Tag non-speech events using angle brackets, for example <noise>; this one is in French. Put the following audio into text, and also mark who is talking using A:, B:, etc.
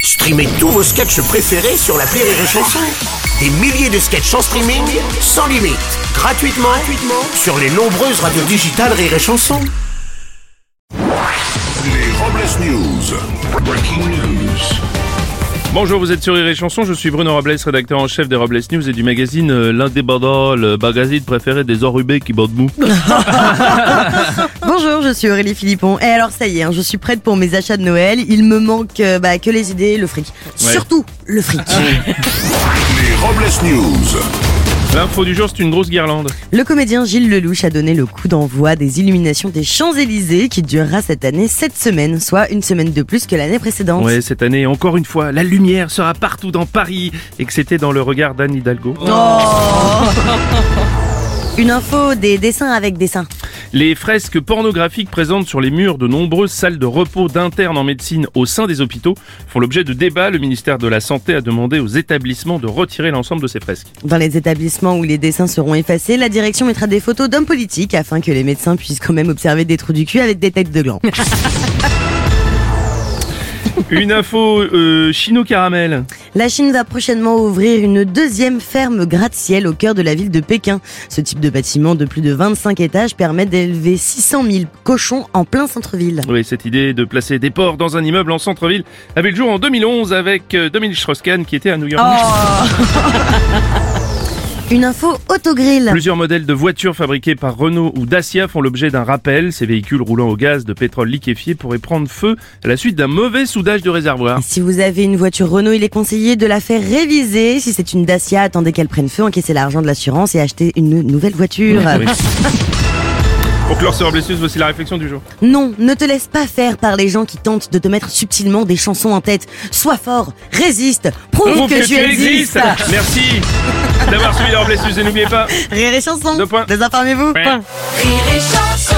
A: Streamez tous vos sketchs préférés sur la Rire et Chanson. Des milliers de sketchs en streaming, sans limite, gratuitement, gratuitement sur les nombreuses radios digitales Rire et Chanson.
B: Les Robles News. Breaking news.
C: Bonjour, vous êtes sur Rire et Chanson, je suis Bruno Robles, rédacteur en chef des Robles News et du magazine euh, L'Indépendant, le magazine préféré des enrubés qui bandent mou.
D: Bonjour, je suis Aurélie Philippon. Et alors ça y est, hein, je suis prête pour mes achats de Noël. Il me manque euh, bah, que les idées, et le fric.
C: Ouais. Ah.
D: Surtout le fric.
B: Les Robles News.
C: L'info du jour, c'est une grosse guirlande.
D: Le comédien Gilles Lelouch a donné le coup d'envoi des illuminations des Champs-Élysées qui durera cette année sept semaines, soit une semaine de plus que l'année précédente.
C: Ouais, cette année, encore une fois, la lumière sera partout dans Paris et que c'était dans le regard d'Anne Hidalgo.
D: Une info des dessins avec dessins.
C: Les fresques pornographiques présentes sur les murs de nombreuses salles de repos d'internes en médecine au sein des hôpitaux font l'objet de débats. Le ministère de la Santé a demandé aux établissements de retirer l'ensemble de ces fresques.
D: <laughs> Dans les établissements où les dessins seront effacés, la direction mettra des photos d'hommes politiques afin que les médecins puissent quand même observer des trous du cul avec des têtes de gland.
C: Une info euh, chino caramel.
D: La Chine va prochainement ouvrir une deuxième ferme gratte-ciel au cœur de la ville de Pékin. Ce type de bâtiment de plus de 25 étages permet d'élever 600 000 cochons en plein centre-ville.
C: Oui, cette idée de placer des porcs dans un immeuble en centre-ville avait le jour en 2011 avec euh, Dominique Strauss-Kahn qui était à New York.
D: Une info autogrill.
C: Plusieurs modèles de voitures fabriquées par Renault ou Dacia font l'objet d'un rappel. Ces véhicules roulant au gaz de pétrole liquéfié pourraient prendre feu à la suite d'un mauvais soudage de réservoir.
D: Si vous avez une voiture Renault, il est conseillé de la faire réviser. Si c'est une Dacia, attendez qu'elle prenne feu, encaissez l'argent de l'assurance et achetez une nouvelle voiture.
C: Oui. Pour clore ce Robles News, voici la réflexion du jour.
D: Non, ne te laisse pas faire par les gens qui tentent de te mettre subtilement des chansons en tête. Sois fort, résiste, prouve, que, tu existes.
C: Merci d'avoir suivi la Robles News et n'oubliez pas...
D: Rire et chanson.
C: Deux points.
D: Désinformez-vous.
C: Ouais.
D: Point.
E: Rire et chanson